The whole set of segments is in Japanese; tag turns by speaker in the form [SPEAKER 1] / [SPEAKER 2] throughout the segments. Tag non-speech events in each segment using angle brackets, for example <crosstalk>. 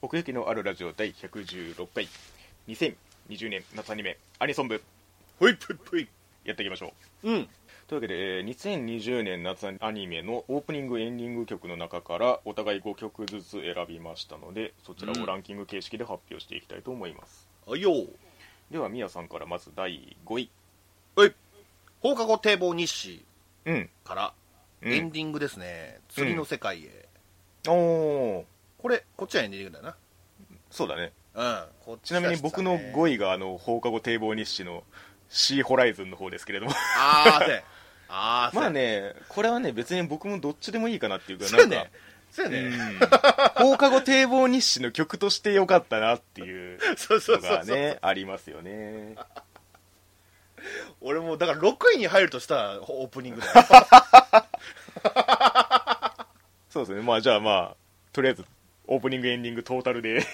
[SPEAKER 1] 国益のあるラジオ第116回2020年夏アニメアニソン部ほいぷいぷいやっていきましょう
[SPEAKER 2] うん
[SPEAKER 1] というわけで、えー2020年夏アニメのオープニングエンディング曲の中からお互い5曲ずつ選びましたのでそちらをランキング形式で発表していきたいと思います、
[SPEAKER 2] はいよ
[SPEAKER 1] ではみやさんからまず第5位
[SPEAKER 2] はい放課後堤防日誌
[SPEAKER 1] うん、
[SPEAKER 2] から
[SPEAKER 1] うん、
[SPEAKER 2] エンディングですね、次の世界へ、
[SPEAKER 1] おおー
[SPEAKER 2] これこっちはエンディングだな
[SPEAKER 1] そうだね
[SPEAKER 2] うんこっち
[SPEAKER 1] ちなみに僕の
[SPEAKER 2] 位
[SPEAKER 1] 5位があの放課後堤防日誌のシーホライズンの方ですけれども
[SPEAKER 2] あーせあー
[SPEAKER 1] <laughs>
[SPEAKER 2] せ
[SPEAKER 1] まあねこれはね別に僕もどっちでもいいかなっていうか
[SPEAKER 2] そ
[SPEAKER 1] な
[SPEAKER 2] うん
[SPEAKER 1] か
[SPEAKER 2] ねそうやね、
[SPEAKER 1] うん放課後堤防日誌の曲としてよかったなっていう
[SPEAKER 2] そうそ
[SPEAKER 1] の
[SPEAKER 2] うそう
[SPEAKER 1] が
[SPEAKER 2] そう、
[SPEAKER 1] ねありますよね
[SPEAKER 2] 俺もだから6位に入るとしたらオープニングだよ
[SPEAKER 1] <laughs> そうですねまあじゃあまあとりあえずオープニングエンディングトータルで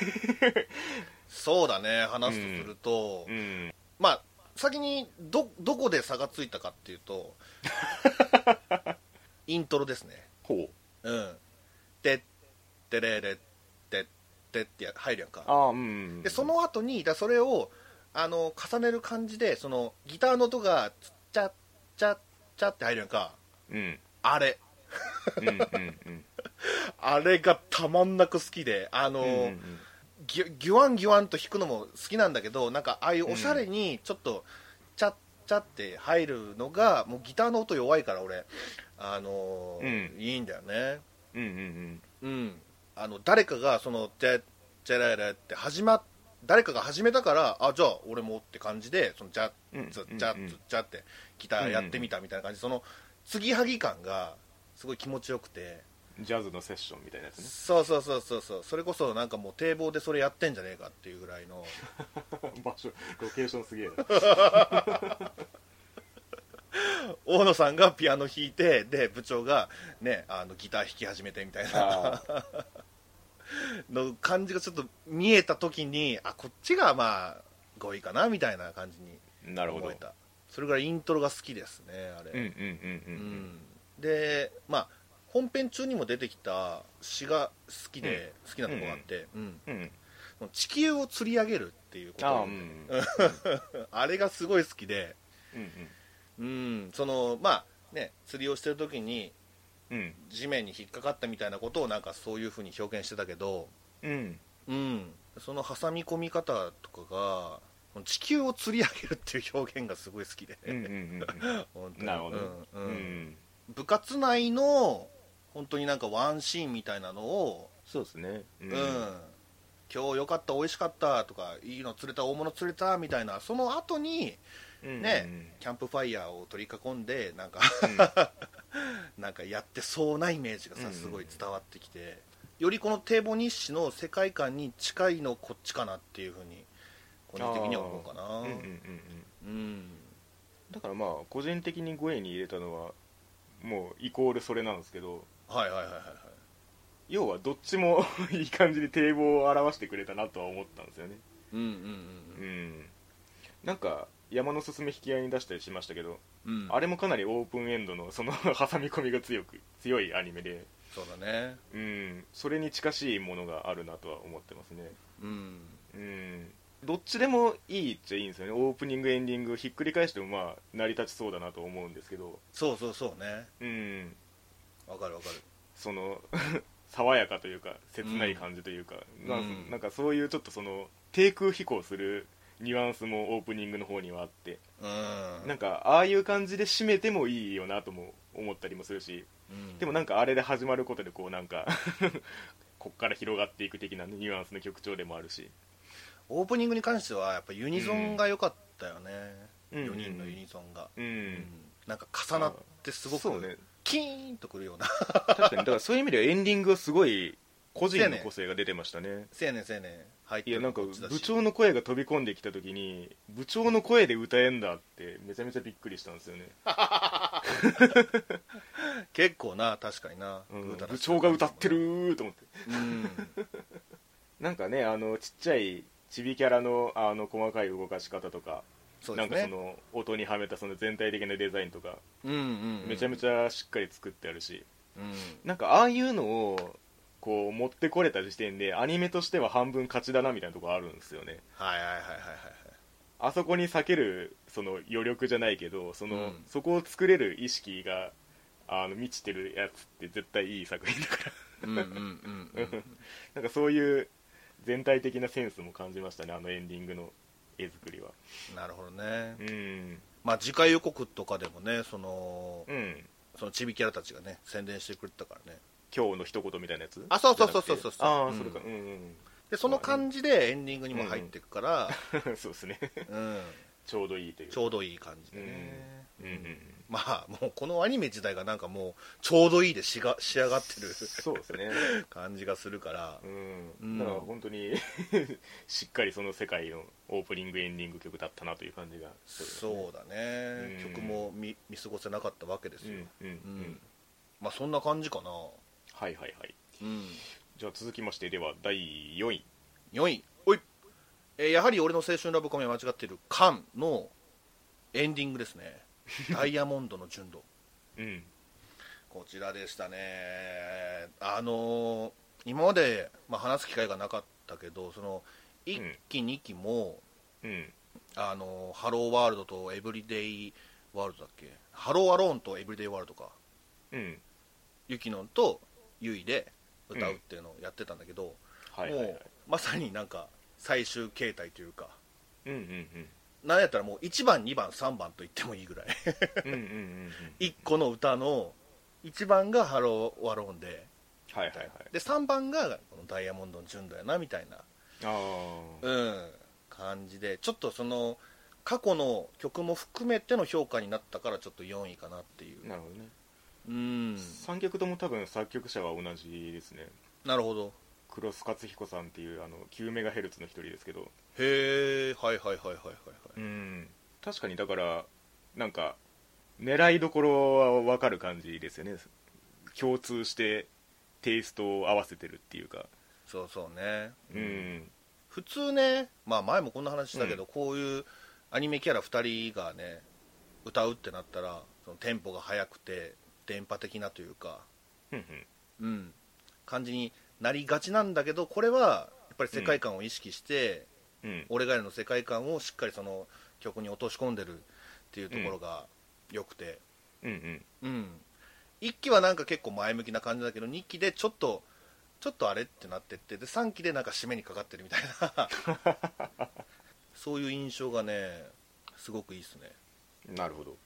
[SPEAKER 2] そうだね話すとすると、
[SPEAKER 1] うん
[SPEAKER 2] まあ先にどどこで差がついたかっていう
[SPEAKER 1] <laughs>
[SPEAKER 2] とイントロですね
[SPEAKER 1] ほう
[SPEAKER 2] うんででれれででってや入るやんか
[SPEAKER 1] ああうん
[SPEAKER 2] でその後にだそれをあの重ねる感じでそのギターの音がチャッチャッチャって入るやんか
[SPEAKER 1] うん
[SPEAKER 2] あれ
[SPEAKER 1] うんうんうん
[SPEAKER 2] あれがたまんなく好きであの、
[SPEAKER 1] うんうん
[SPEAKER 2] ギュギュワンギュワンと弾くのも好きなんだけどなんかああいうおしゃれにちょっとチャッチャって入るのがもうギターの音弱いから俺あのー
[SPEAKER 1] う
[SPEAKER 2] いいんだよね
[SPEAKER 1] うんうんうん
[SPEAKER 2] うんあの誰かがその「ジャジャララ」って始ま誰かが始めたからあじゃあ俺もって感じでそのジャ
[SPEAKER 1] うんうんうん
[SPEAKER 2] ッツッジャッツッジャッってギターやってみたみたいな感じその継ぎはぎ感がすごい気持ちよくて
[SPEAKER 1] ジャズのセッションみたいなやつね
[SPEAKER 2] そうそうそうそうそうそれこそなんかもう堤防でそれやってんじゃねえかっていうぐらいの
[SPEAKER 1] <laughs>
[SPEAKER 2] <laughs>
[SPEAKER 1] 場所ロケーションすげえな
[SPEAKER 2] 大野さんがピアノ弾いてで部長が、ね、あのギター弾き始めてみたいな
[SPEAKER 1] <laughs> あー
[SPEAKER 2] の感じがちょっと見えた時にあこっちがまあ5位かなみたいな感じに
[SPEAKER 1] なるほ
[SPEAKER 2] 思
[SPEAKER 1] ど
[SPEAKER 2] えたそれぐらいイントロが好きですねあ
[SPEAKER 1] うんうん
[SPEAKER 2] れ、
[SPEAKER 1] うんう
[SPEAKER 2] うんんでまあ本編中にも出てきた詩が好きで、好きなとこがあって、うん
[SPEAKER 1] うんうん
[SPEAKER 2] 地球を釣り上げるっていうこと
[SPEAKER 1] ああ
[SPEAKER 2] あ,、
[SPEAKER 1] うん
[SPEAKER 2] あれがすごい好きで、
[SPEAKER 1] うん
[SPEAKER 2] うん、そのまあね釣りをしてる時に
[SPEAKER 1] うん
[SPEAKER 2] 地面に引っかかったみたいなことをなんかそういう風に表現してたけど、
[SPEAKER 1] うん
[SPEAKER 2] うん、その挟み込み方とかが地球を釣り上げるっていう表現がすごい好きで、
[SPEAKER 1] うんうんうん
[SPEAKER 2] <laughs> 本当
[SPEAKER 1] なるほど
[SPEAKER 2] うん
[SPEAKER 1] う
[SPEAKER 2] うん
[SPEAKER 1] ん
[SPEAKER 2] 部活内の本当になんかワンシーンみたいなのを、
[SPEAKER 1] そうですねう
[SPEAKER 2] うんん今日良かった美味しかったとかいいの釣れた大物釣れたみたいなその後にねキャンプファイヤーを取り囲んでなんか <laughs> なんかやってそうなイメージが
[SPEAKER 1] うんう
[SPEAKER 2] さ
[SPEAKER 1] ん
[SPEAKER 2] すごい伝わってきて、よりこの堤防日誌の世界観に近いのこっちかなっていうふうに個人的には思うかな
[SPEAKER 1] うんうんうんうん
[SPEAKER 2] うん
[SPEAKER 1] だからまあ個人的に5位に入れたのはもうイコールそれなんですけど
[SPEAKER 2] はいはいはいはいはい
[SPEAKER 1] 要はどっちも <laughs> いい感じで堤防を表してくれたなとは思ったんですよね
[SPEAKER 2] うんうん
[SPEAKER 1] うんなんか山のすすめ引き合いに出したりしましたけど、
[SPEAKER 2] うんうん
[SPEAKER 1] あれもかなりオープンエンドのその <laughs> 挟み込みが強く強いアニメで
[SPEAKER 2] そうだね
[SPEAKER 1] うんそれに近しいものがあるなとは思ってますね
[SPEAKER 2] うん
[SPEAKER 1] うんどっちでもいいっちゃいいんですよねオープニングエンディングひっくり返してもまあ成り立ちそうだなと思うんですけど
[SPEAKER 2] そうそうそうね
[SPEAKER 1] うん
[SPEAKER 2] わかるわかる
[SPEAKER 1] その <laughs> 爽やかというか切ない感じというか、
[SPEAKER 2] うん
[SPEAKER 1] まあ
[SPEAKER 2] うん
[SPEAKER 1] なんかそういうちょっとその低空飛行するニュアンスもオープニングの方にはあって
[SPEAKER 2] うん
[SPEAKER 1] なんかああいう感じで締めてもいいよなとも思ったりもするし
[SPEAKER 2] うん
[SPEAKER 1] でもなんかあれで始まることでこうなんか <laughs> こっから広がっていく的なニュアンスの曲調でもあるし
[SPEAKER 2] オープニングに関してはやっぱユニゾンが良かったよね、
[SPEAKER 1] うん
[SPEAKER 2] 4人のユニゾンが、
[SPEAKER 1] うん、
[SPEAKER 2] うんなんか重なってすご
[SPEAKER 1] そう
[SPEAKER 2] く
[SPEAKER 1] ね
[SPEAKER 2] キーンとくるよ
[SPEAKER 1] <laughs>
[SPEAKER 2] うな
[SPEAKER 1] 確かにだからそういう意味ではエンディングはすごい個人の個性が出てましたね
[SPEAKER 2] せやねんせやねん入って
[SPEAKER 1] いやなんか
[SPEAKER 2] こっちだし
[SPEAKER 1] 部長の声が飛び込んできた時に部長の声で歌えんだってめちゃめちゃびっくりしたんですよね、
[SPEAKER 2] 結構な確かにな、
[SPEAKER 1] うん
[SPEAKER 2] ぐうたら
[SPEAKER 1] 部長が歌ってるーと思って
[SPEAKER 2] うん
[SPEAKER 1] なんかねあのちっちゃいちびキャラのあの細かい動かし方とか、
[SPEAKER 2] そうで
[SPEAKER 1] なん
[SPEAKER 2] す
[SPEAKER 1] かそ
[SPEAKER 2] ね
[SPEAKER 1] の音にはめたその全体的なデザインとか、
[SPEAKER 2] うんうんうん
[SPEAKER 1] めちゃめ
[SPEAKER 2] ゃ
[SPEAKER 1] ちゃしっかり作ってあるし
[SPEAKER 2] うん
[SPEAKER 1] なんかああいうのをこう持ってこれた時点でアニメとしては半分勝ちだなみたいなところあるんですよね
[SPEAKER 2] はいはいはいはいはい
[SPEAKER 1] あそこに避けるその余力じゃないけどその、
[SPEAKER 2] うんそ
[SPEAKER 1] そこを作れる意識があの満ちてるやつって絶対いい作品だから <laughs>
[SPEAKER 2] うんうんうんうん
[SPEAKER 1] なんかそういう全体的なセンスも感じましたねあのエンディングの絵作りは
[SPEAKER 2] なるほどね
[SPEAKER 1] うん
[SPEAKER 2] まあ次回予告とかでもねその
[SPEAKER 1] うん
[SPEAKER 2] そのちびキャラたちがね宣伝してくれてたからね
[SPEAKER 1] 今日の一言みたいなやつ
[SPEAKER 2] あそうそうそうそうそう
[SPEAKER 1] じゃなくてああ
[SPEAKER 2] うん
[SPEAKER 1] それかうんうん <laughs>
[SPEAKER 2] でその感じでエンディングにも入っていくから、
[SPEAKER 1] うんそうですね <laughs>
[SPEAKER 2] うん
[SPEAKER 1] ちょうどいいという
[SPEAKER 2] ちょうどいい感じでね、
[SPEAKER 1] うんうん
[SPEAKER 2] まあもうこのアニメ自体がなんかもうちょうどいいでしが仕上がってる
[SPEAKER 1] そうですね
[SPEAKER 2] 感じがするから
[SPEAKER 1] う
[SPEAKER 2] うん
[SPEAKER 1] んだから本当に <laughs> しっかりその世界のオープニングエンディング曲だったなという感じが
[SPEAKER 2] そうだね、
[SPEAKER 1] うん
[SPEAKER 2] 曲も見見過ごせなかったわけです
[SPEAKER 1] う
[SPEAKER 2] よ、
[SPEAKER 1] んうんうん、
[SPEAKER 2] うんまあそんな感じかな、
[SPEAKER 1] はいはいはい
[SPEAKER 2] うん、
[SPEAKER 1] じゃあ続きましてでは第4位
[SPEAKER 2] 4位おい、えーやはり俺の青春ラブコメ間違ってる「カン」のエンディングです
[SPEAKER 1] <laughs>
[SPEAKER 2] ね「ダイヤモンドの純度
[SPEAKER 1] うん」
[SPEAKER 2] こちらでしたねあのー今まで、まあ、話す機会がなかったけどその1期2期も、
[SPEAKER 1] うん
[SPEAKER 2] あのーハローワールドとエブリデイワールドだっけハローアローンとエブリデイワールドか
[SPEAKER 1] うん
[SPEAKER 2] ユキノンとユイで歌うっていうのをやってたんだけど、
[SPEAKER 1] はい
[SPEAKER 2] もう、
[SPEAKER 1] はいはい
[SPEAKER 2] まさになんか最終形態というか
[SPEAKER 1] うんうん
[SPEAKER 2] なんやったらもう1番2番3番と言ってもいいぐらい
[SPEAKER 1] うんうんうんうんうん
[SPEAKER 2] 1個の歌の1番が「ハロー・ワローンで」
[SPEAKER 1] はいはいはい
[SPEAKER 2] で3番がこの「ダイヤモンドの純度」やなみたいな、
[SPEAKER 1] ああ
[SPEAKER 2] うん、感じでちょっとその過去の曲も含めての評価になったからちょっと4位かなっていう
[SPEAKER 1] なるほどね
[SPEAKER 2] うん
[SPEAKER 1] 3曲とも多分作曲者は同じですね
[SPEAKER 2] なるほど
[SPEAKER 1] 黒須克彦さんっていうあの9メガヘルツの一人ですけど
[SPEAKER 2] へえはいはいはいはいはいはい
[SPEAKER 1] うん確かにだからなんか狙いどころは分かる感じですよね共通してテイストを合わせてるっていうか
[SPEAKER 2] そうそうね
[SPEAKER 1] うん
[SPEAKER 2] 普通ね、まあ、前もこんな話したけど、こういうアニメキャラ2人がね歌うってなったらそのテンポが速くて電波的なというか、
[SPEAKER 1] ふんふん
[SPEAKER 2] うん、感じになりがちなんだけどこれはやっぱり世界観を意識して、
[SPEAKER 1] うん
[SPEAKER 2] 俺がらの世界観をしっかりその曲に落とし込んでるっていうところが良くて、
[SPEAKER 1] うんうん
[SPEAKER 2] うん、1期はなんか結構前向きな感じだけど2期でちょっとちょっとあれってなってってで3期でなんか締めにかかってるみたいなそういう印象がねすごくいいですね
[SPEAKER 1] なるほど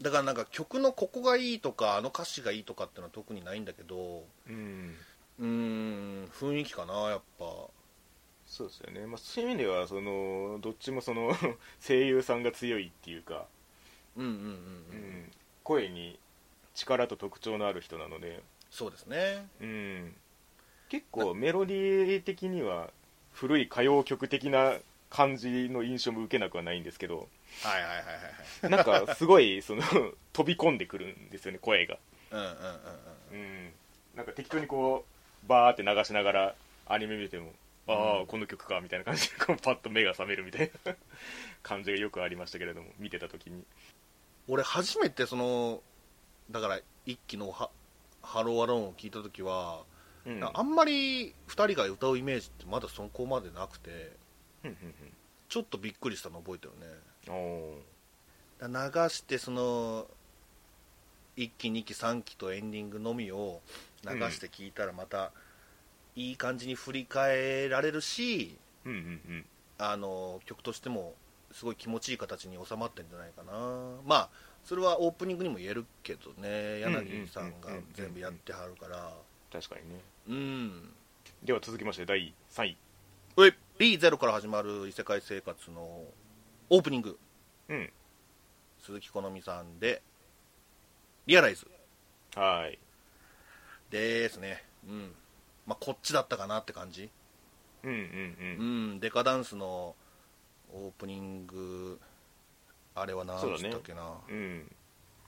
[SPEAKER 2] だからなんか曲のここがいいとかあの歌詞がいいとかってのは特にないんだけど
[SPEAKER 1] うん
[SPEAKER 2] うーん雰囲気かなやっぱ
[SPEAKER 1] そうですよね、まあ、そういう意味ではそのどっちもその <laughs> 声優さんが強いっていうか、
[SPEAKER 2] うんうんうん、
[SPEAKER 1] う
[SPEAKER 2] うんん、
[SPEAKER 1] 声に力と特徴のある人なので、
[SPEAKER 2] そうですね
[SPEAKER 1] うん、結構メロディー的には古い歌謡曲的な感じの印象も受けなくはないんですけど
[SPEAKER 2] はいはいはい
[SPEAKER 1] なんかすごいその飛び込んでくるんですよね声が、
[SPEAKER 2] はいはいうんうんうん
[SPEAKER 1] うん、なんか適当にこうバーって流しながらアニメ見てもああ、
[SPEAKER 2] うん
[SPEAKER 1] この曲かみたいな感じで <laughs> こうパッと目が覚めるみたいな感じがよくありましたけれども見てた時に
[SPEAKER 2] 俺初めてそのだから1期のハ「ハローアローン」を聞いた時は
[SPEAKER 1] うん
[SPEAKER 2] あんまり2人が歌うイメージってまだそこまでなくて
[SPEAKER 1] うん
[SPEAKER 2] ちょっとびっくりしたの覚えてるね
[SPEAKER 1] うんうんお
[SPEAKER 2] だ流してその1期2期3期とエンディングのみを流して聞いたらまたいい感じに振り返られるし
[SPEAKER 1] ーうんうんうん
[SPEAKER 2] あの曲としてもすごい気持ちいい形に収まってるんじゃないかなまあそれはオープニングにも言えるけどね柳さんが全部やってはるから
[SPEAKER 1] 確かにね
[SPEAKER 2] うん
[SPEAKER 1] では続きまして第3位
[SPEAKER 2] うい B0 から始まる異世界生活のオープニング
[SPEAKER 1] うん
[SPEAKER 2] 鈴木好美さんで「リアライズ
[SPEAKER 1] はい」
[SPEAKER 2] ですねうんまあこっちだったかなって感じ
[SPEAKER 1] うんうん
[SPEAKER 2] う
[SPEAKER 1] うん
[SPEAKER 2] んデカダンスのオープニングあれは何だったっけな、
[SPEAKER 1] うん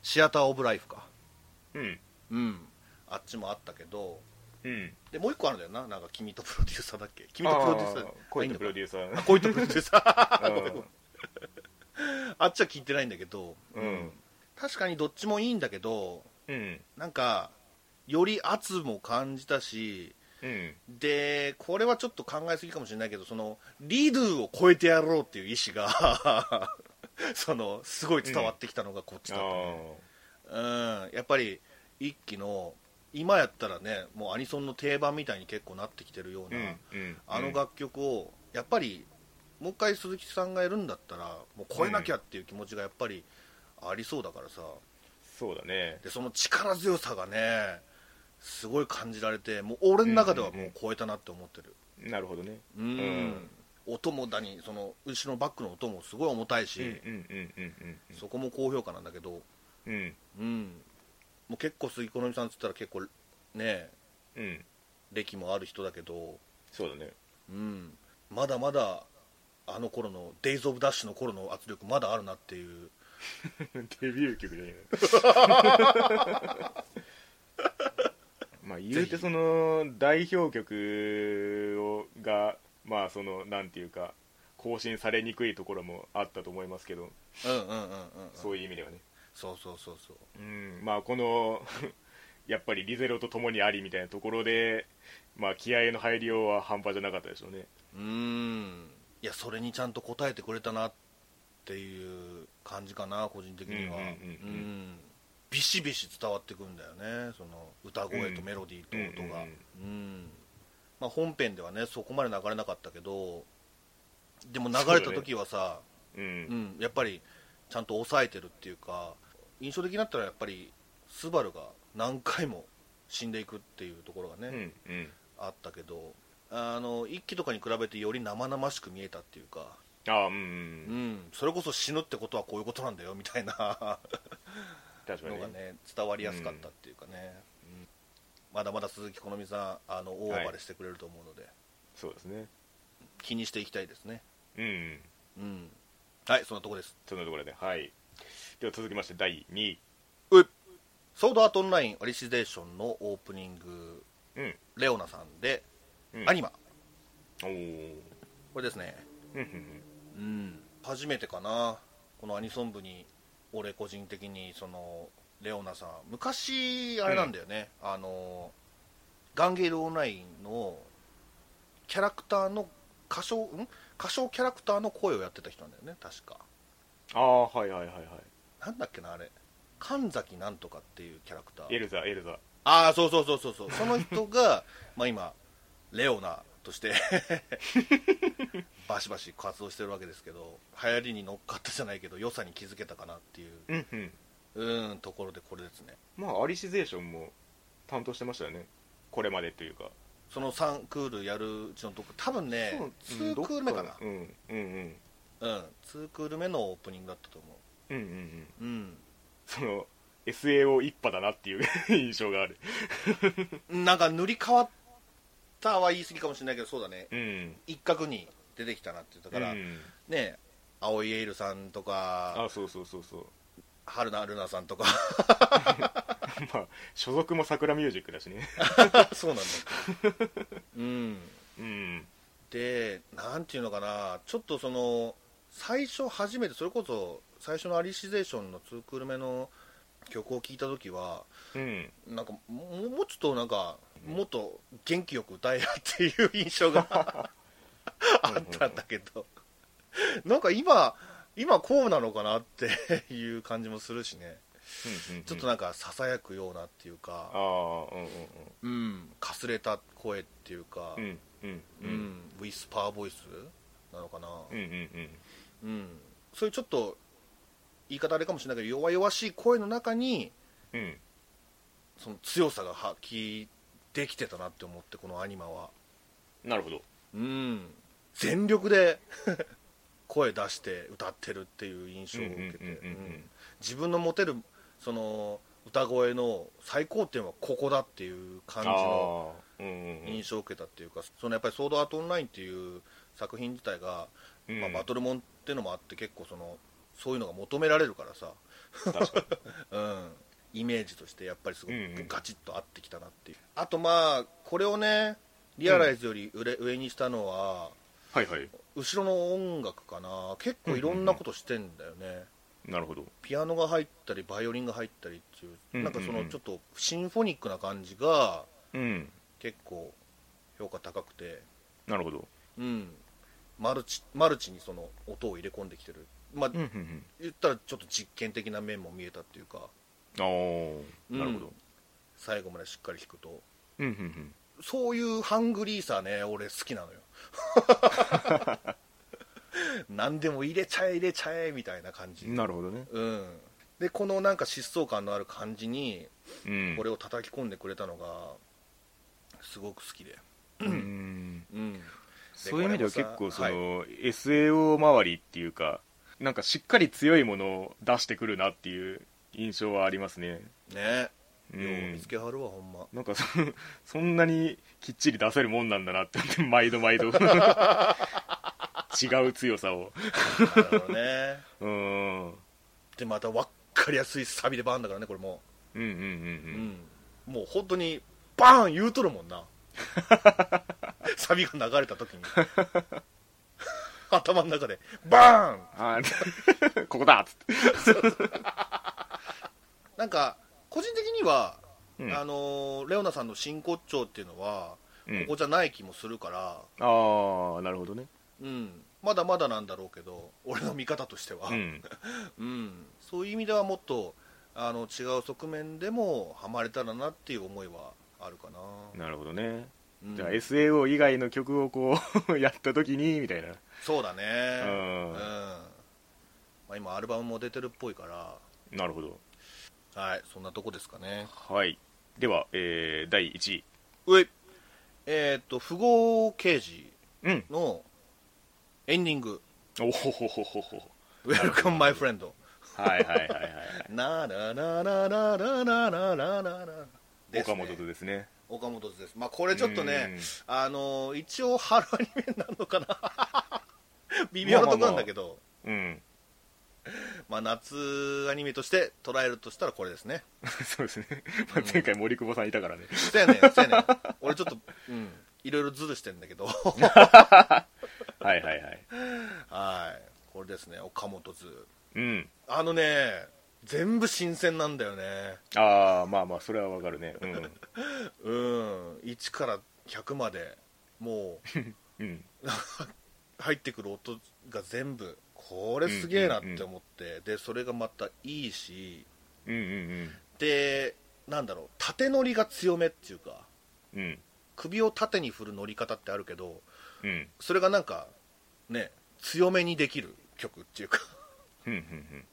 [SPEAKER 2] シアター・オブ・ライフか
[SPEAKER 1] うん
[SPEAKER 2] うんあっちもあったけど
[SPEAKER 1] うん
[SPEAKER 2] でもう一個あるんだよななんか君とプロデューサーだっけ君とプロデューサー
[SPEAKER 1] あ声とプロ
[SPEAKER 2] ュー
[SPEAKER 1] デューサ
[SPEAKER 2] サ
[SPEAKER 1] ー
[SPEAKER 2] ー恋とプロデューサー
[SPEAKER 1] うん
[SPEAKER 2] ごめんごめんあっちは聞いてないんだけど、
[SPEAKER 1] うん
[SPEAKER 2] 確かにどっちもいいんだけど
[SPEAKER 1] うん
[SPEAKER 2] なんかより圧も感じたし
[SPEAKER 1] うん
[SPEAKER 2] でこれはちょっと考えすぎかもしれないけどそのリードゥを超えてやろうっていう意志が <laughs> そのすごい伝わってきたのがこっち
[SPEAKER 1] あ
[SPEAKER 2] だったね、うんやっぱり一期の今やったらねもうアニソンの定番みたいに結構なってきてるよう
[SPEAKER 1] ー
[SPEAKER 2] な、
[SPEAKER 1] うんうん
[SPEAKER 2] あの楽曲をやっぱりもう一回鈴木さんがやるんだったらもう超えなきゃっていう気持ちがやっぱりありそうだからさ
[SPEAKER 1] そうだね
[SPEAKER 2] でその力強さがねすごい感じられてもう俺の中では
[SPEAKER 1] うんうん
[SPEAKER 2] も
[SPEAKER 1] う
[SPEAKER 2] うん超えたなって思ってる
[SPEAKER 1] なるほどね
[SPEAKER 2] うん、音もだにその後ろのバックの音もすごい重たいし、
[SPEAKER 1] うんうんうんうんうん
[SPEAKER 2] そこも高評価なんだけど
[SPEAKER 1] うん
[SPEAKER 2] うんもう結構杉好みさんっつったら結構ね
[SPEAKER 1] うん
[SPEAKER 2] 歴もある人だけど
[SPEAKER 1] そうだね
[SPEAKER 2] うんまだまだあの頃のデイズ・オブ・ダッシュの頃の圧力まだあるなっていう
[SPEAKER 1] <laughs> デビュー曲じゃない <laughs> まあ言うてその代表曲をがまあそのなんていうか更新されにくいところもあったと思いますけど
[SPEAKER 2] うんうんうんうんうん
[SPEAKER 1] そういう意味ではね
[SPEAKER 2] そうそうそうそう
[SPEAKER 1] うんまあこの <laughs> やっぱりリゼロと共にありみたいなところでまあ気合の入りようは半端じゃなかったでしょうね
[SPEAKER 2] うーんいやそれにちゃんと応えてくれたなっていう感じかな個人的には
[SPEAKER 1] うんうんうんうん
[SPEAKER 2] うんビシビシ伝わってくんだよねその歌声と
[SPEAKER 1] うん
[SPEAKER 2] メロディーと音が
[SPEAKER 1] うん
[SPEAKER 2] うんまあ本編ではねそこまで流れなかったけどでも流れた時はさ
[SPEAKER 1] う
[SPEAKER 2] う、
[SPEAKER 1] ん
[SPEAKER 2] ん、やっぱりちゃんと抑えてるっていうか印象的だったらやっぱりスバルが何回も死んでいくっていうところがね、
[SPEAKER 1] うんうん
[SPEAKER 2] あったけどあの一期とかに比べてより生々しく見えたっていうか、
[SPEAKER 1] ああうんう
[SPEAKER 2] うんん、それこそ死ぬってことはこういうことなんだよみたいな
[SPEAKER 1] 確か
[SPEAKER 2] の
[SPEAKER 1] に
[SPEAKER 2] が
[SPEAKER 1] ね
[SPEAKER 2] ね伝わりやすかったっていうかね、うんまだまだ鈴木好美さんあの大暴れしてくれると思うので、
[SPEAKER 1] そうですね
[SPEAKER 2] 気にしていきたいですね
[SPEAKER 1] うん
[SPEAKER 2] うんはいそんなとこです
[SPEAKER 1] そんなところではいでは続きまして第2位
[SPEAKER 2] ソードアートオンラインアリシゼーションのオープニング
[SPEAKER 1] うん
[SPEAKER 2] レオナさんで、
[SPEAKER 1] うん
[SPEAKER 2] アニマ
[SPEAKER 1] おー
[SPEAKER 2] これですね
[SPEAKER 1] うんうん
[SPEAKER 2] うん初めてかなこのアニソン部に俺個人的にそのレオナさん昔あれなんだよね、あのガンゲールオンラインのキャラクターの歌唱ん歌唱キャラクターの声をやってた人なんだよね確か
[SPEAKER 1] ああはいはいはいはい
[SPEAKER 2] なんだっけなあれ神崎なんとかっていうキャラクター
[SPEAKER 1] エルザエルザ
[SPEAKER 2] ああそうそうそうそうそうその人が <laughs> まあ今レオナとして <laughs> バシバシ活動してるわけですけど流行りに乗っかったじゃないけど良さに気づけたかなっていう
[SPEAKER 1] うんうん
[SPEAKER 2] うんところでこれですね
[SPEAKER 1] まあアリシゼーションも担当してましたよねこれまでというか
[SPEAKER 2] その3クールやるうちのとこ多分ね
[SPEAKER 1] そう
[SPEAKER 2] 2クール目かな
[SPEAKER 1] うんうんうん
[SPEAKER 2] うん2クール目のオープニングだったと思
[SPEAKER 1] うんうんうん
[SPEAKER 2] ううん
[SPEAKER 1] その SAO 一派だなっていう <laughs> 印象がある
[SPEAKER 2] なんか塗り替わったは言い過ぎかもしれないけどそうだね
[SPEAKER 1] うん
[SPEAKER 2] 一角に出てきたなって言ったから、
[SPEAKER 1] うん
[SPEAKER 2] ね青井エイルさんとか
[SPEAKER 1] あそうそうそうそう
[SPEAKER 2] 春菜ルナさんとか
[SPEAKER 1] まあ所属も桜ミュージックだしね
[SPEAKER 2] そうなんだうん
[SPEAKER 1] うん
[SPEAKER 2] でなんていうのかなちょっとその最初初めてそれこそ最初の「アリシゼーション」の2クール目の曲を聴いた時は
[SPEAKER 1] うん
[SPEAKER 2] なんかももうちょっとなんかもっと元気よく歌えやっていう印象があったんだけどなんか今今こうなのかなっていう感じもするしねちょっと
[SPEAKER 1] な
[SPEAKER 2] なんかささやくようなっていうか
[SPEAKER 1] あ、あうんうん
[SPEAKER 2] うん、かすれた声っていうか、
[SPEAKER 1] うんうん
[SPEAKER 2] うんウィスパーボイスなのかな、
[SPEAKER 1] うんうんうん
[SPEAKER 2] うんそういうちょっと言い方あれかもしれないけど弱々しい声の中に
[SPEAKER 1] うん
[SPEAKER 2] その強さが発揮できてたなって思ってこのアニマは、
[SPEAKER 1] なるほど
[SPEAKER 2] うん、全力で <laughs> 声出して歌ってるっていう印象を受け
[SPEAKER 1] う
[SPEAKER 2] て
[SPEAKER 1] んうんうんうんうん
[SPEAKER 2] うん自分の持てるその歌声の最高点はここだっていう感じの
[SPEAKER 1] あーうんうんうん
[SPEAKER 2] 印象を受けたっていうか、そのやっぱり「ソードアートオンライン」っていう作品自体が、
[SPEAKER 1] うん
[SPEAKER 2] まあ、バトルモンっていうのもあって結構そのそういうのが求められるからさ、
[SPEAKER 1] 確か
[SPEAKER 2] <laughs> うん、イメージとしてやっぱりすごく
[SPEAKER 1] うんうん
[SPEAKER 2] ガチッと合ってきたなっていう、あとまあこれをねリアライズより上,、上にしたのは
[SPEAKER 1] はいはい
[SPEAKER 2] 後ろの音楽かな結構いろんなことしてんだよね、
[SPEAKER 1] なるほど
[SPEAKER 2] ピアノが入ったりバイオリンが入ったりっていう、
[SPEAKER 1] うんうんうん
[SPEAKER 2] なんかそのちょっとシンフォニックな感じが
[SPEAKER 1] うん
[SPEAKER 2] 結構評価高くて、
[SPEAKER 1] なるほど
[SPEAKER 2] うん、マルチマルチにその音を入れ込んできてる、まあ、
[SPEAKER 1] うんうんうん
[SPEAKER 2] 言ったらちょっと実験的な面も見えたっていうか、
[SPEAKER 1] ああなるほ
[SPEAKER 2] う
[SPEAKER 1] ど
[SPEAKER 2] ん最後までしっかり弾くと、
[SPEAKER 1] うんうんうん
[SPEAKER 2] そういうハングリーさね、俺、好き
[SPEAKER 1] <laughs>
[SPEAKER 2] なのよ。何でも入れちゃえ、入れちゃえみたいな感じ、
[SPEAKER 1] なるほどね
[SPEAKER 2] うん、でこのなんか疾走感のある感じに、
[SPEAKER 1] うん
[SPEAKER 2] これを叩き込んでくれたのが、すごく好きで、
[SPEAKER 1] うん
[SPEAKER 2] うん、
[SPEAKER 1] そういう意味では結構そ
[SPEAKER 2] これも
[SPEAKER 1] の、SAO 周りっていうかなんかしっかり強いものを出してくるなっていう印象はありますね
[SPEAKER 2] ね、
[SPEAKER 1] う
[SPEAKER 2] よう見
[SPEAKER 1] ん
[SPEAKER 2] つけはるわ、ほんま。
[SPEAKER 1] なんかそ <laughs> そんなにきっちり出せるもんなんだなって思って毎度 <laughs> 毎度違う強さを
[SPEAKER 2] なるほどね。
[SPEAKER 1] うーんうん
[SPEAKER 2] で、また分かりやすいサビでバーンだからね、これも
[SPEAKER 1] うんうんう
[SPEAKER 2] う。うんん。もう本当に、バーン言うとるも
[SPEAKER 1] <laughs>
[SPEAKER 2] んな。サビが流れた時に。 <laughs> 頭の中で、バーン
[SPEAKER 1] あー <laughs> ここだっつって、
[SPEAKER 2] なんか、個人的には、
[SPEAKER 1] うん
[SPEAKER 2] あのーレオナさんの真骨頂っていうのは、
[SPEAKER 1] うん
[SPEAKER 2] ここじゃない気もするから、
[SPEAKER 1] ああなるほどね
[SPEAKER 2] うん。まだまだなんだろうけど、俺の見方としては。
[SPEAKER 1] うん
[SPEAKER 2] うん、そういう意味ではもっとあの違う側面でもハマれたらなっていう思いはあるかな、
[SPEAKER 1] なるほどね
[SPEAKER 2] うん
[SPEAKER 1] じゃあ SAO 以外の曲をこうやった時にみたいな
[SPEAKER 2] そうだね
[SPEAKER 1] うん
[SPEAKER 2] うんまあ、今アルバムも出てるっぽいから
[SPEAKER 1] なるほど
[SPEAKER 2] はいそんなとこですかね
[SPEAKER 1] はいでは、えー第1位
[SPEAKER 2] ういえーっと「富豪刑事
[SPEAKER 1] うん」
[SPEAKER 2] のエンディング
[SPEAKER 1] おほほほほほ
[SPEAKER 2] 「Welcome my friend
[SPEAKER 1] はいはいはいはい」
[SPEAKER 2] ならならならならならならです
[SPEAKER 1] 岡
[SPEAKER 2] ね
[SPEAKER 1] 本とですね
[SPEAKER 2] 岡本ですまあこれちょっとねあの一応春アニメになるのかな微妙なとこなんだけど、
[SPEAKER 1] うん <laughs>
[SPEAKER 2] まあ夏アニメとして捉えるとしたらこれですね
[SPEAKER 1] そうですね、まあ、前回森久保さんいたからね、
[SPEAKER 2] そうやねんそうやねん俺ちょっと、うん、いろいろズルしてんだけど
[SPEAKER 1] はいはいはい
[SPEAKER 2] はいこれですね岡本図
[SPEAKER 1] うん
[SPEAKER 2] あのね全部新鮮なんだよね
[SPEAKER 1] ああまあまあそれはわかるねうん
[SPEAKER 2] うん1から100までも
[SPEAKER 1] うん
[SPEAKER 2] う入ってくる音が全部これすげえなって思って、でそれがまたいいし
[SPEAKER 1] うんうん
[SPEAKER 2] でなんだろう縦乗りが強めっていうか
[SPEAKER 1] うんうん
[SPEAKER 2] 首を縦に振る乗り方ってあるけど
[SPEAKER 1] うん
[SPEAKER 2] それがなんかね強めにできる曲っていうか
[SPEAKER 1] うんうん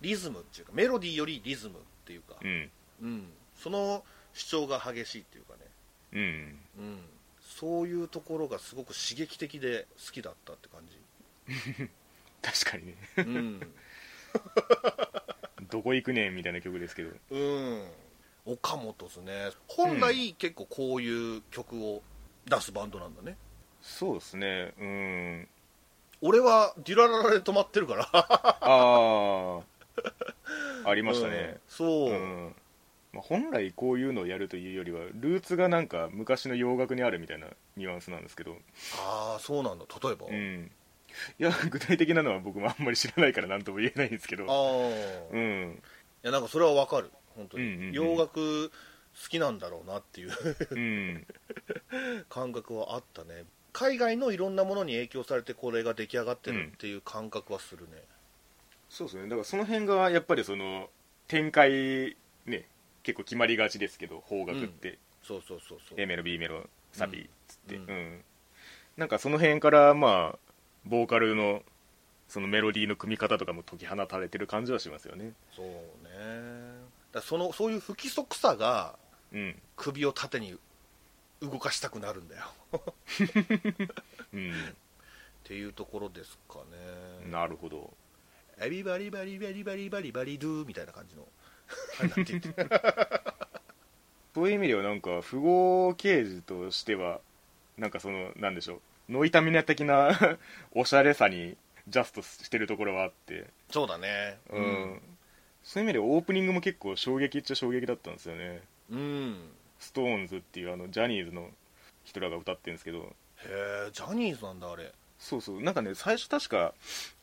[SPEAKER 2] リズムっていうかメロディーよりリズムっていうか、
[SPEAKER 1] うん
[SPEAKER 2] うん、その主張が激しいっていうかね、
[SPEAKER 1] うん
[SPEAKER 2] うん、そういうところがすごく刺激的で好きだったって感
[SPEAKER 1] 確かにね
[SPEAKER 2] じうん、
[SPEAKER 1] どこ行くねんみたいな曲ですけど
[SPEAKER 2] うん、岡本ですね本来結構こういう曲を出すバンドなんだね
[SPEAKER 1] そうですねうん
[SPEAKER 2] 俺はデュラララで止まってるから
[SPEAKER 1] ああありました
[SPEAKER 2] う
[SPEAKER 1] ね
[SPEAKER 2] んそう、
[SPEAKER 1] うんまあ、本来こういうのをやるというよりはルーツがなんか昔の洋楽にあるみたいなニュアンスなんですけど
[SPEAKER 2] ああそうなんだ例えば、
[SPEAKER 1] うんいや具体的なのは僕もあんまり知らないから何とも言えないんですけど
[SPEAKER 2] あ
[SPEAKER 1] う
[SPEAKER 2] あ、い
[SPEAKER 1] ん
[SPEAKER 2] やなんかそれはわかる本当に、
[SPEAKER 1] うんうんうん
[SPEAKER 2] 洋楽好きなんだろうなっていう
[SPEAKER 1] うん
[SPEAKER 2] 感覚はあったね海外のいろんなものに影響されてこれが出来上がって
[SPEAKER 1] うん
[SPEAKER 2] るっていう感覚はするね、
[SPEAKER 1] そうですねだからその辺がやっぱりその展開ね結構決まりがちですけど邦楽って、
[SPEAKER 2] そうそうそうそう
[SPEAKER 1] A メロ B メロサビっつって、う
[SPEAKER 2] うんん
[SPEAKER 1] なんかその辺からまあボーカルのそのメロディーの組み方とかも解き放たれてる感じはしますよね
[SPEAKER 2] そうねだからそのそういう不規則さが
[SPEAKER 1] うん
[SPEAKER 2] 首を縦に動かしたくなるんだよ
[SPEAKER 1] うん
[SPEAKER 2] っていうところですかね
[SPEAKER 1] なるほど
[SPEAKER 2] エビバリバリバリバリバリバリドゥみたいな感じのあれなんて言って
[SPEAKER 1] そういう意味ではなんか富豪刑事としてはなんかそのなんでしょうノイタミナ的な <laughs> おしゃれさにジャストしてるところはあって
[SPEAKER 2] そうだね
[SPEAKER 1] うん、そういう意味でオープニングも結構衝撃っちゃ衝撃だったんですよね
[SPEAKER 2] うん、うん、
[SPEAKER 1] ストーンズっていうあのジャニーズの人らが歌ってるんですけど
[SPEAKER 2] へえジャニーズなんだあれ
[SPEAKER 1] そうそうなんかね最初確か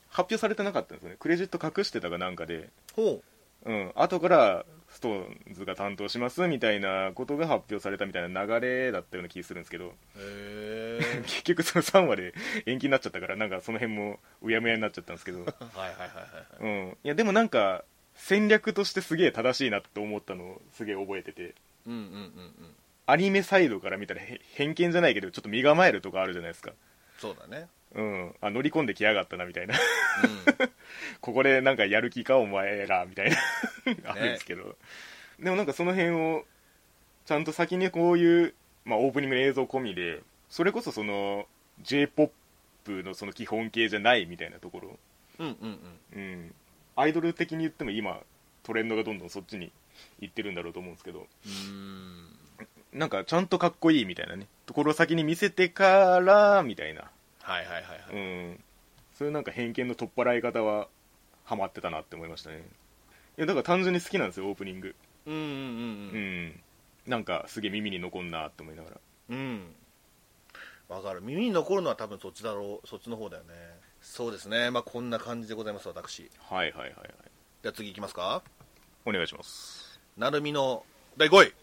[SPEAKER 1] 発表されてなかったんですよねクレジット隠してたかなんかで
[SPEAKER 2] ほ
[SPEAKER 1] うん後からストーンズが担当しますみたいなことが発表されたみたいな流れだったような気するんですけど <laughs>
[SPEAKER 2] へ
[SPEAKER 1] 結局その3話で延期になっちゃったからなんかその辺もうやむやになっちゃったんですけど、
[SPEAKER 2] えはいはいはいはいはい
[SPEAKER 1] うん、いやでもなんか戦略としてすげえ正しいなって思ったのをすげえ覚えてて
[SPEAKER 2] うんうんうんうん
[SPEAKER 1] アニメサイドから見たらへ偏見じゃないけどちょっと身構えるとかあるじゃないですか
[SPEAKER 2] そうだね
[SPEAKER 1] うん、あ乗り込んできやがったなみたいな
[SPEAKER 2] うん
[SPEAKER 1] <laughs> ここでなんかやる気かお前らみたいなあるんですけど、でもなんかその辺をちゃんと先にこういう、まあ、オープニングの映像込みでそれこそその j p o p のその基本形じゃないみたいなところ、
[SPEAKER 2] うんうんうん
[SPEAKER 1] うん、アイドル的に言っても今トレンドがどんどんそっちに行ってるんだろうと思うんですけど
[SPEAKER 2] うーん
[SPEAKER 1] なんかちゃんとかっこいいみたいなねところを先に見せてからみたいな
[SPEAKER 2] はいはいはいはい、
[SPEAKER 1] うん、そういうなんか偏見の取っ払い方はハマってたなって思いましたねいやだから単純に好きなんですよオープニング
[SPEAKER 2] うんうんうん
[SPEAKER 1] う
[SPEAKER 2] うん
[SPEAKER 1] んなんかすげえ耳に残んなって思いながら
[SPEAKER 2] うんわかる耳に残るのは多分そっちだろうそっちの方だよねそうですねまあこんな感じでございます私
[SPEAKER 1] はいはいはいはい
[SPEAKER 2] じゃあ次いきますか
[SPEAKER 1] お願いします
[SPEAKER 2] なるみの第5位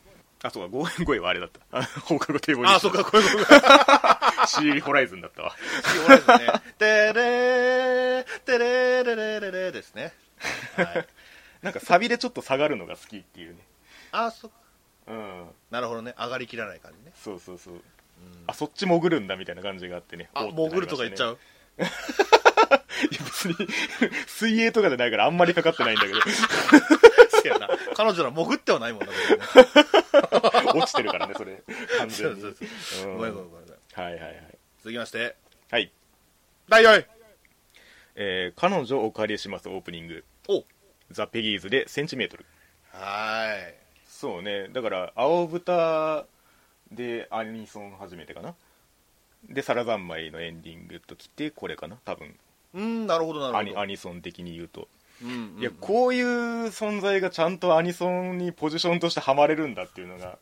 [SPEAKER 1] あそう <laughs> か5位はあれだったあ放課後堤防に
[SPEAKER 2] ああそうかこういう <laughs> ことか
[SPEAKER 1] シーホライズンだったわ
[SPEAKER 2] ねテレーテレーレレレレですねはい
[SPEAKER 1] なんかサビでちょっと下がるのが好きっていうね
[SPEAKER 2] ああそうか
[SPEAKER 1] うん
[SPEAKER 2] なるほどね上がりきらない感じね、
[SPEAKER 1] そうそうそう
[SPEAKER 2] うん
[SPEAKER 1] あそっち潜るんだみたいな感じがあってね
[SPEAKER 2] あ潜るとか言っちゃ
[SPEAKER 1] う
[SPEAKER 2] <laughs> う
[SPEAKER 1] いや別に <laughs> 水泳とかじゃないからあんまりかかってないんだけど
[SPEAKER 2] せやな彼女ら潜ってはないもんな、別にね
[SPEAKER 1] <laughs> 落ちてるからねそれ完
[SPEAKER 2] そ
[SPEAKER 1] 全
[SPEAKER 2] う
[SPEAKER 1] に
[SPEAKER 2] そうそ
[SPEAKER 1] う
[SPEAKER 2] う
[SPEAKER 1] ん
[SPEAKER 2] ごめんごめんごめん
[SPEAKER 1] はいはいはい
[SPEAKER 2] 続きまして
[SPEAKER 1] はい、
[SPEAKER 2] 第4位
[SPEAKER 1] えー彼女をお借りしますオープニング
[SPEAKER 2] お
[SPEAKER 1] ザ・ペギーズでセンチメートル
[SPEAKER 2] はーい
[SPEAKER 1] そうねだから青豚でアニソン初めてかなでサラ三昧のエンディングときてこれかな多分
[SPEAKER 2] うんなるほどな
[SPEAKER 1] ア
[SPEAKER 2] る
[SPEAKER 1] ニ
[SPEAKER 2] ほど
[SPEAKER 1] アニソン的に言うと、
[SPEAKER 2] うんうんうん
[SPEAKER 1] いやこういう存在がちゃんとアニソンにポジションとしてはまれるんだっていうのが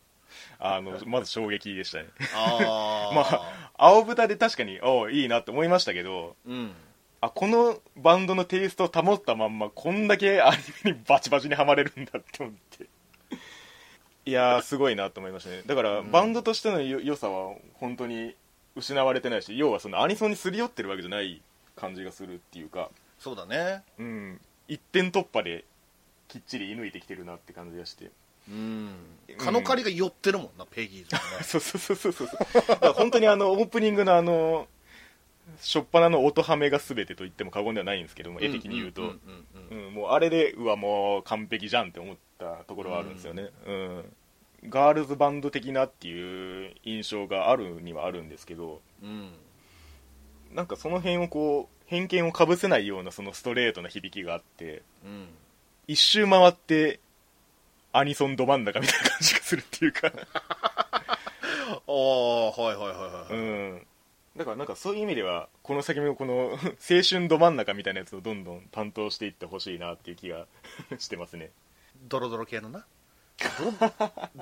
[SPEAKER 1] あ
[SPEAKER 2] <laughs>
[SPEAKER 1] のまず衝撃でしたね
[SPEAKER 2] あ
[SPEAKER 1] <laughs>
[SPEAKER 2] あ
[SPEAKER 1] まあ青豚で確かにおういいなって思いましたけど
[SPEAKER 2] うん
[SPEAKER 1] あこのバンドのテイストを保ったまんまこんだけ <laughs> アニメにバチバチにはまれるんだって思っていやーすごいなと思いましたねだから、
[SPEAKER 2] うん
[SPEAKER 1] バンドとしてのよ良さは本当に失われてないし要はそのアニソンにすり寄ってるわけじゃない感じがするっていうか
[SPEAKER 2] そうだね
[SPEAKER 1] うん一点突破できっちり射抜いてきてるなって感じがして
[SPEAKER 2] うんカノカリが寄ってるもんなペギーズもね
[SPEAKER 1] そうそうそうそうそうだから本当にあのオープニングのあの初っ端の音ハメが全てと言っても過言ではないんですけど <laughs> も絵的に言うと、
[SPEAKER 2] んんうんうん
[SPEAKER 1] うん、もうあれでうわもう完璧じゃんって思ったところはあるんですよね、うんガールズバンド的なっていう印象があるにはあるんですけど
[SPEAKER 2] うん
[SPEAKER 1] なんかその辺をこう偏見をかぶせないようなそのストレートな響きがあって
[SPEAKER 2] うん
[SPEAKER 1] 一周回ってアニソンど真ん中みたいな感じがするっていうか、
[SPEAKER 2] ああはいはいはいは
[SPEAKER 1] う
[SPEAKER 2] い
[SPEAKER 1] ん、だからなんかそういう意味ではこの先もこの青春ど真ん中みたいなやつをどんどん担当していってほしいなっていう気がしてますね
[SPEAKER 2] ドロドロ系のな
[SPEAKER 1] <laughs>
[SPEAKER 2] ドロ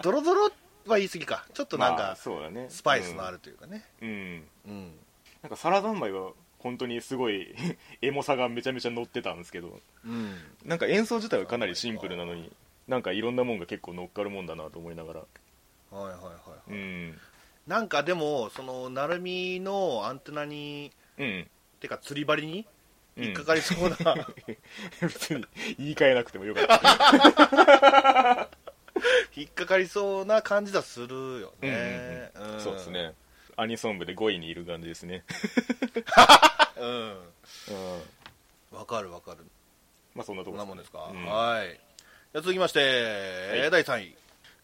[SPEAKER 2] ドロドロは言い過ぎかちょっとなん
[SPEAKER 1] まあ
[SPEAKER 2] か
[SPEAKER 1] そうだね
[SPEAKER 2] スパイスのあ
[SPEAKER 1] る、
[SPEAKER 2] るというかね
[SPEAKER 1] うんうん
[SPEAKER 2] うん
[SPEAKER 1] なんかサラダンマイは本当にすごい <laughs> エモさがめちゃめちゃ乗ってたんですけど
[SPEAKER 2] うん
[SPEAKER 1] なんか演奏自体はかなりシンプルなのになんかいろんなもんが結構乗っかるもんだなと思いながら
[SPEAKER 2] はいはいはいは
[SPEAKER 1] う
[SPEAKER 2] い
[SPEAKER 1] ん
[SPEAKER 2] なんかでもその成海のアンテナに
[SPEAKER 1] うん
[SPEAKER 2] てか釣り針に
[SPEAKER 1] うん
[SPEAKER 2] 引っかかりそうな
[SPEAKER 1] <laughs> 別に言い換えなくてもよかった、
[SPEAKER 2] 引っかかりそうな感じだするよねん
[SPEAKER 1] そうですねアニソン部で5位にいる感じですね、
[SPEAKER 2] うん
[SPEAKER 1] うん、
[SPEAKER 2] わかるわかる
[SPEAKER 1] まあそんなと
[SPEAKER 2] そ
[SPEAKER 1] こ
[SPEAKER 2] んなもんですか、
[SPEAKER 1] うん
[SPEAKER 2] はいじゃあ続きまして、
[SPEAKER 1] い
[SPEAKER 2] 第3位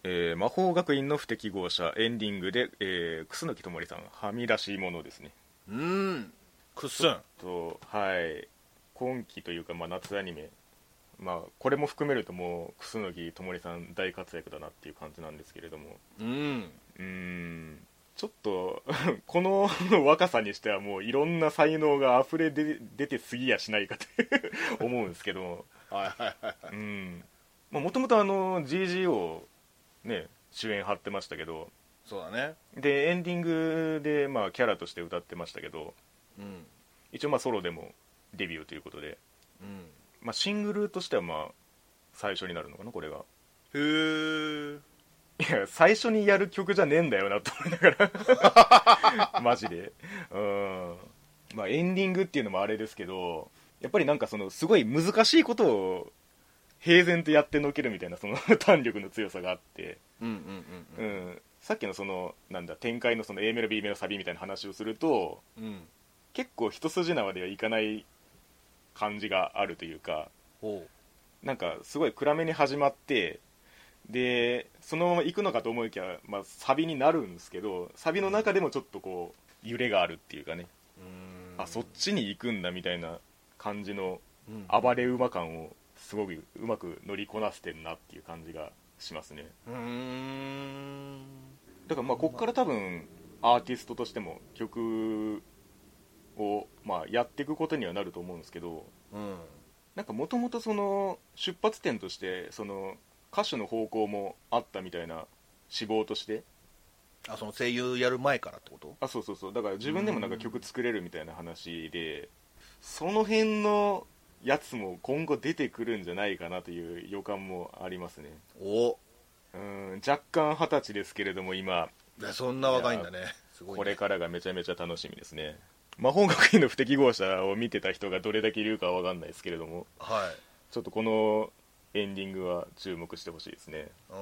[SPEAKER 1] えー魔法学院の不適合者エンディングで、えー、楠木智りさんはみ出し者ですね
[SPEAKER 2] うーんくっすん
[SPEAKER 1] とはい今期というか、まあ、夏アニメ、まあ、これも含めるともう楠木智りさん大活躍だなっていう感じなんですけれども
[SPEAKER 2] うん
[SPEAKER 1] うーんちょっと <laughs> この若さにしてはもういろんな才能が溢れ出出て <laughs> すぎやしないかと思うんですけど
[SPEAKER 2] はいはいはい
[SPEAKER 1] うんもともと GGO ね主演張ってましたけど
[SPEAKER 2] そうだね
[SPEAKER 1] でエンディングで、まあ、キャラとして歌ってましたけど
[SPEAKER 2] うん
[SPEAKER 1] 一応まあソロでもデビューということでまあ、シングルとしてはまあ最初になるのかなこれが
[SPEAKER 2] へへえ
[SPEAKER 1] いや最初にやる曲じゃねえんだよなと思いなが <laughs> らマジでうんまあエンディングっていうのもあれですけどやっぱりなんかそのすごい難しいことを平然とやってのけるみたいなその <laughs> 弾力の強さがあって、
[SPEAKER 2] うんうんう
[SPEAKER 1] うんん、さっきのそのなんだ展開のその A メロ B メロサビみたいな話をすると
[SPEAKER 2] うんうん
[SPEAKER 1] 結構一筋縄ではいかない感じがあるというか
[SPEAKER 2] おう
[SPEAKER 1] なんかすごい暗めに始まってでそのまま行くのかと思いきや、まあ、サビになるんですけどサビの中でもちょっとこう揺れがあるっていうかね、
[SPEAKER 2] うーん
[SPEAKER 1] あそっちに行くんだみたいな感じの
[SPEAKER 2] うん
[SPEAKER 1] 暴れ馬感をすごくうまく乗りこなせてるなっていう感じがしますね
[SPEAKER 2] うーん
[SPEAKER 1] だからまあこっから多分アーティストとしても曲をまあやっていくことにはなると思うんですけど
[SPEAKER 2] うん
[SPEAKER 1] なんかもともとその出発点としてその歌手の方向もあったみたいな志望として
[SPEAKER 2] あその声優やる前からってこと
[SPEAKER 1] あそうそうそうだから自分でもなんか曲作れるみたいな話でその辺のやつも今後出てくるんじゃないかなという予感もありますね
[SPEAKER 2] お
[SPEAKER 1] うん若干二十歳ですけれども今
[SPEAKER 2] でそんな若いんだねすごいね
[SPEAKER 1] これからがめちゃめちゃ楽しみですね魔法学院の不適合者を見てた人がどれだけいるかわかんないですけれども
[SPEAKER 2] はい
[SPEAKER 1] ちょっとこのエンディングは注目してほしいですね
[SPEAKER 2] うーん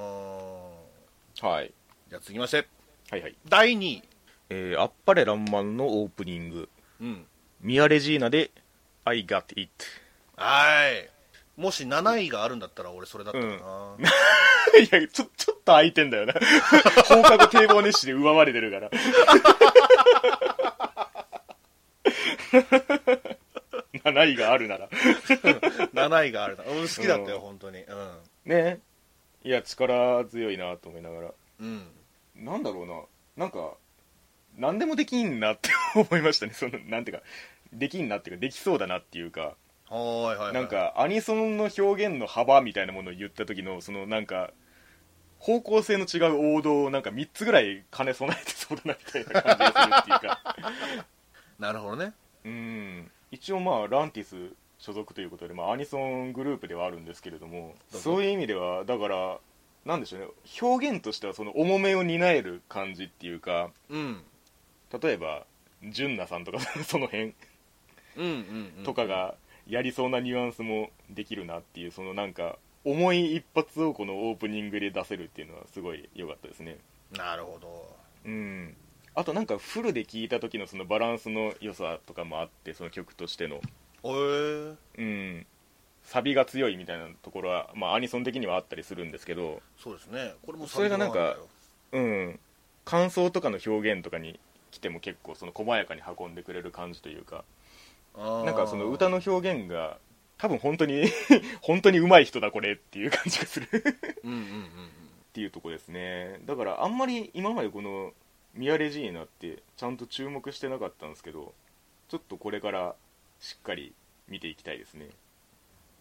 [SPEAKER 1] はい
[SPEAKER 2] じゃあ続きまして
[SPEAKER 1] はいはい
[SPEAKER 2] 第2位
[SPEAKER 1] えー、あっぱれらんまんのオープニング、
[SPEAKER 2] うん
[SPEAKER 1] ミアレジーナで、I got it。
[SPEAKER 2] はいもし7位があるんだったら俺それだったかな、
[SPEAKER 1] いや、ちょ、ちょっと空いてん <laughs> だよな。放課後堤防熱視で上回れてるから。7位があるなら。
[SPEAKER 2] 7位があ
[SPEAKER 1] <laughs>
[SPEAKER 2] るなうん好きだったよ、
[SPEAKER 1] うん
[SPEAKER 2] 本当にうん
[SPEAKER 1] ねいや、力強いなと思いながら。
[SPEAKER 2] うん
[SPEAKER 1] なんだろうな、なんか、なんでもできんなって思いましたね。その、なんていうか、できんなっていうか、できそうだなっていうか。
[SPEAKER 2] はーいはい、はい、
[SPEAKER 1] なんかアニソンの表現の幅みたいなものを言った時のそのなんか方向性の違う王道をなんか3つぐらい兼ね備えてそうだなみたいな感じがするっていう
[SPEAKER 2] <laughs>
[SPEAKER 1] か
[SPEAKER 2] なるほどね
[SPEAKER 1] うん一応まあランティス所属ということで、まあ、アニソングループではあるんですけれども
[SPEAKER 2] どうぞ
[SPEAKER 1] そういう意味ではだからなんでしょうね表現としてはその重めを担える感じっていうか
[SPEAKER 2] うん
[SPEAKER 1] 例えば純奈さんとかその辺
[SPEAKER 2] うんうん、うん、
[SPEAKER 1] とかがやりそうなニュアンスもできるなっていうそのなんか重い一発をこのオープニングで出せるっていうのはすごい良かったですね
[SPEAKER 2] なるほど
[SPEAKER 1] うんあとなんかフルで聴いた時のそのバランスの良さとかもあってその曲としての
[SPEAKER 2] おえ
[SPEAKER 1] うんサビが強いみたいなところは、まあ、アニソン的にはあったりするんですけど
[SPEAKER 2] そうですねこれも
[SPEAKER 1] それがなんか
[SPEAKER 2] サビの
[SPEAKER 1] うん感想とかの表現とかに来ても結構その細やかに運んでくれる感じというか
[SPEAKER 2] あー
[SPEAKER 1] なんかその歌の表現が多分本当に <laughs> 本当に上手い人だこれっていう感じがするっ
[SPEAKER 2] うんうんうんうん
[SPEAKER 1] ていうとこですねだからあんまり今までこのミアレジーナってちゃんと注目してなかったんですけどちょっとこれからしっかり見ていきたいですね、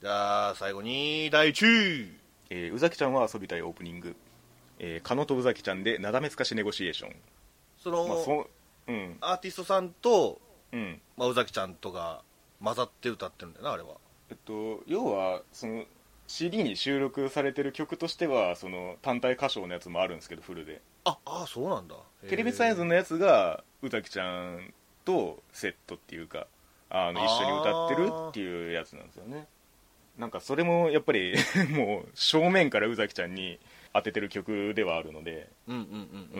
[SPEAKER 2] じゃあ最後に第1位
[SPEAKER 1] えー、うざきちゃんは遊びたいオープニング「えー、カノとうざきちゃんでなだめすかしネゴシエーション
[SPEAKER 2] そ」の、
[SPEAKER 1] まあそうん
[SPEAKER 2] アーティストさんと、
[SPEAKER 1] うん
[SPEAKER 2] まあ、宇崎ちゃんとが混ざって歌ってるんだよなあれは
[SPEAKER 1] えっと要はその CD に収録されてる曲としてはその単体歌唱のやつもあるんですけどフルで
[SPEAKER 2] ああそうなんだ
[SPEAKER 1] テレビサイズ
[SPEAKER 2] へ
[SPEAKER 1] のやつが宇崎ちゃんとセットっていうかあの
[SPEAKER 2] あー
[SPEAKER 1] 一緒に歌ってるっていうやつなんですよねなんかそれもやっぱり <laughs> もう正面から宇崎ちゃんに当ててる曲ではあるので
[SPEAKER 2] ーうんうんう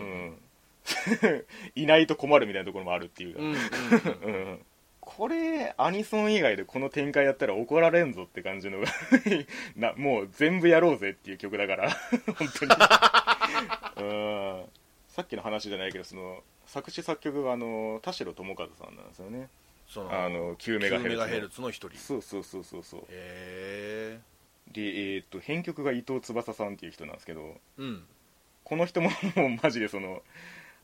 [SPEAKER 1] うんん <laughs> いないと困るみたいなところもあるっていうか
[SPEAKER 2] うんうんうん
[SPEAKER 1] うん、これアニソン以外でこの展開やったら怒られんぞって感じの <laughs> なもう全部やろうぜっていう曲だから <laughs> 本当
[SPEAKER 2] <laughs>
[SPEAKER 1] にうんさっきの話じゃないけどその作詞作曲があの田代智和さんなんですよね
[SPEAKER 2] その
[SPEAKER 1] あの9
[SPEAKER 2] 9
[SPEAKER 1] メガヘ
[SPEAKER 2] メ
[SPEAKER 1] ルツ
[SPEAKER 2] ガ
[SPEAKER 1] の
[SPEAKER 2] ヘルツの一人
[SPEAKER 1] そうそうそうそうそう
[SPEAKER 2] へえ
[SPEAKER 1] でえーっと編曲が伊藤翼さんっていう人なんですけど
[SPEAKER 2] うん
[SPEAKER 1] この人ももうマジでその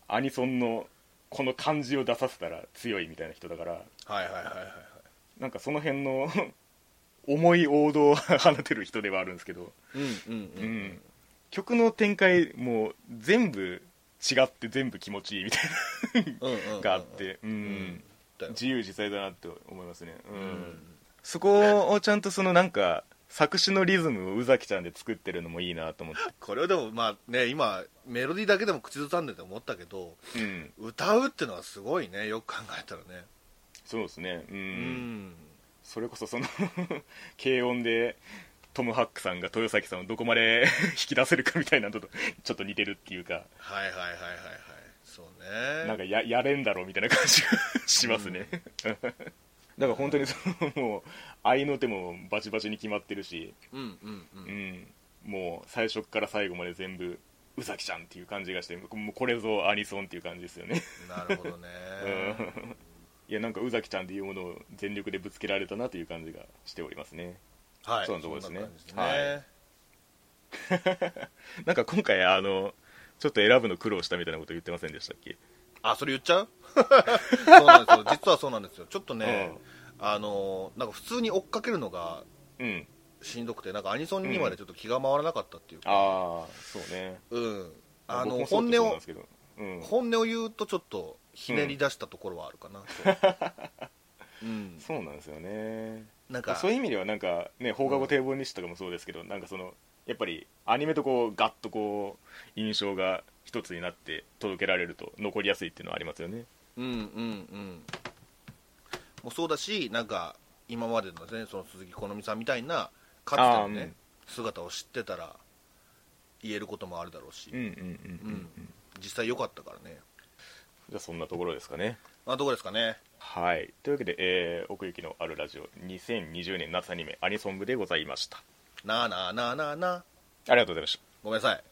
[SPEAKER 1] アニソンのこの感じを出させたら強いみたいな人だから
[SPEAKER 2] はいはいはいはいはい
[SPEAKER 1] なんかその辺の <laughs> 重い王道を放てる人ではあるんですけど、
[SPEAKER 2] うんうんうん、
[SPEAKER 1] うん曲の展開もう全部違って全部気持ちいいみたい
[SPEAKER 2] うんうんうんうん
[SPEAKER 1] なのがあって、うん
[SPEAKER 2] うんだよ
[SPEAKER 1] 自由自在だなって思いますね、うん
[SPEAKER 2] うん
[SPEAKER 1] そこをちゃんとそのなんか作詞のリズムを宇崎ちゃんで作ってるのもいいなと思っ
[SPEAKER 2] これをでもまあね今メロディーだけでも口ずさんでて思ったけど
[SPEAKER 1] て、うん、
[SPEAKER 2] 歌うってのはすごいねよく考えたらね
[SPEAKER 1] そうですねうん、
[SPEAKER 2] うん
[SPEAKER 1] それこそその <laughs> 軽音でトム・ハックさんが豊崎さんをどこまで <laughs> 引き出せるかみたいなのとちょっと似てるっていうか
[SPEAKER 2] はいはいはいはいはいそうね
[SPEAKER 1] なんかややれんだろうみたいな感じがしますね、だから本当にそのもう合いの手もバチバチに決まってるし、
[SPEAKER 2] うんうんう
[SPEAKER 1] うんん、もう最初から最後まで全部宇崎ちゃんっていう感じがしてもうこれぞアニソンっていう感じですよね、
[SPEAKER 2] なるほどね
[SPEAKER 1] うん <laughs> いやなんか宇崎ちゃんっていうものを全力でぶつけられたなという感じがしておりますね
[SPEAKER 2] はい
[SPEAKER 1] そうなとこですね
[SPEAKER 2] そんな感じですね
[SPEAKER 1] なんか今回あのちょっと選ぶの苦労したみたいなこと言ってませんでしたっけ
[SPEAKER 2] あそれ言っちゃう <laughs> そうなんですよ実はそうなんですよちょっとね、あのなんか普通に追っかけるのが
[SPEAKER 1] うん
[SPEAKER 2] しんどくてなんかアニソンにまでちょっと気が回らなかったっていうか、
[SPEAKER 1] ああそうね
[SPEAKER 2] うんあ
[SPEAKER 1] 僕
[SPEAKER 2] の
[SPEAKER 1] もそう
[SPEAKER 2] 本
[SPEAKER 1] ってそうな
[SPEAKER 2] 音
[SPEAKER 1] ん
[SPEAKER 2] を
[SPEAKER 1] ですけどうん
[SPEAKER 2] 本音を言うとちょっとひねり出したところはあるかな、うん
[SPEAKER 1] そうなんですよね
[SPEAKER 2] なんか
[SPEAKER 1] そういう意味ではなんかね放課後堤防日誌とかもそうですけど、なんかそのやっぱりアニメとこうガッとこう印象が一つになって届けられると残りやすいっていうのはありますよね
[SPEAKER 2] うんうんうんもうそうだしなんか今までのねその鈴木好美さんみたいなかつてのね、
[SPEAKER 1] あーうん
[SPEAKER 2] 姿を知ってたら言えることもあるだろうし、
[SPEAKER 1] うんうんうん、うん
[SPEAKER 2] うん実際良かったからね
[SPEAKER 1] じゃあそんなところですかね
[SPEAKER 2] あどこですかね
[SPEAKER 1] はいというわけで、えー奥行きのあるラジオ2020年夏アニメアニソン部でございました
[SPEAKER 2] なあなあなあなあなあ
[SPEAKER 1] ありがとうございました
[SPEAKER 2] ごめんなさい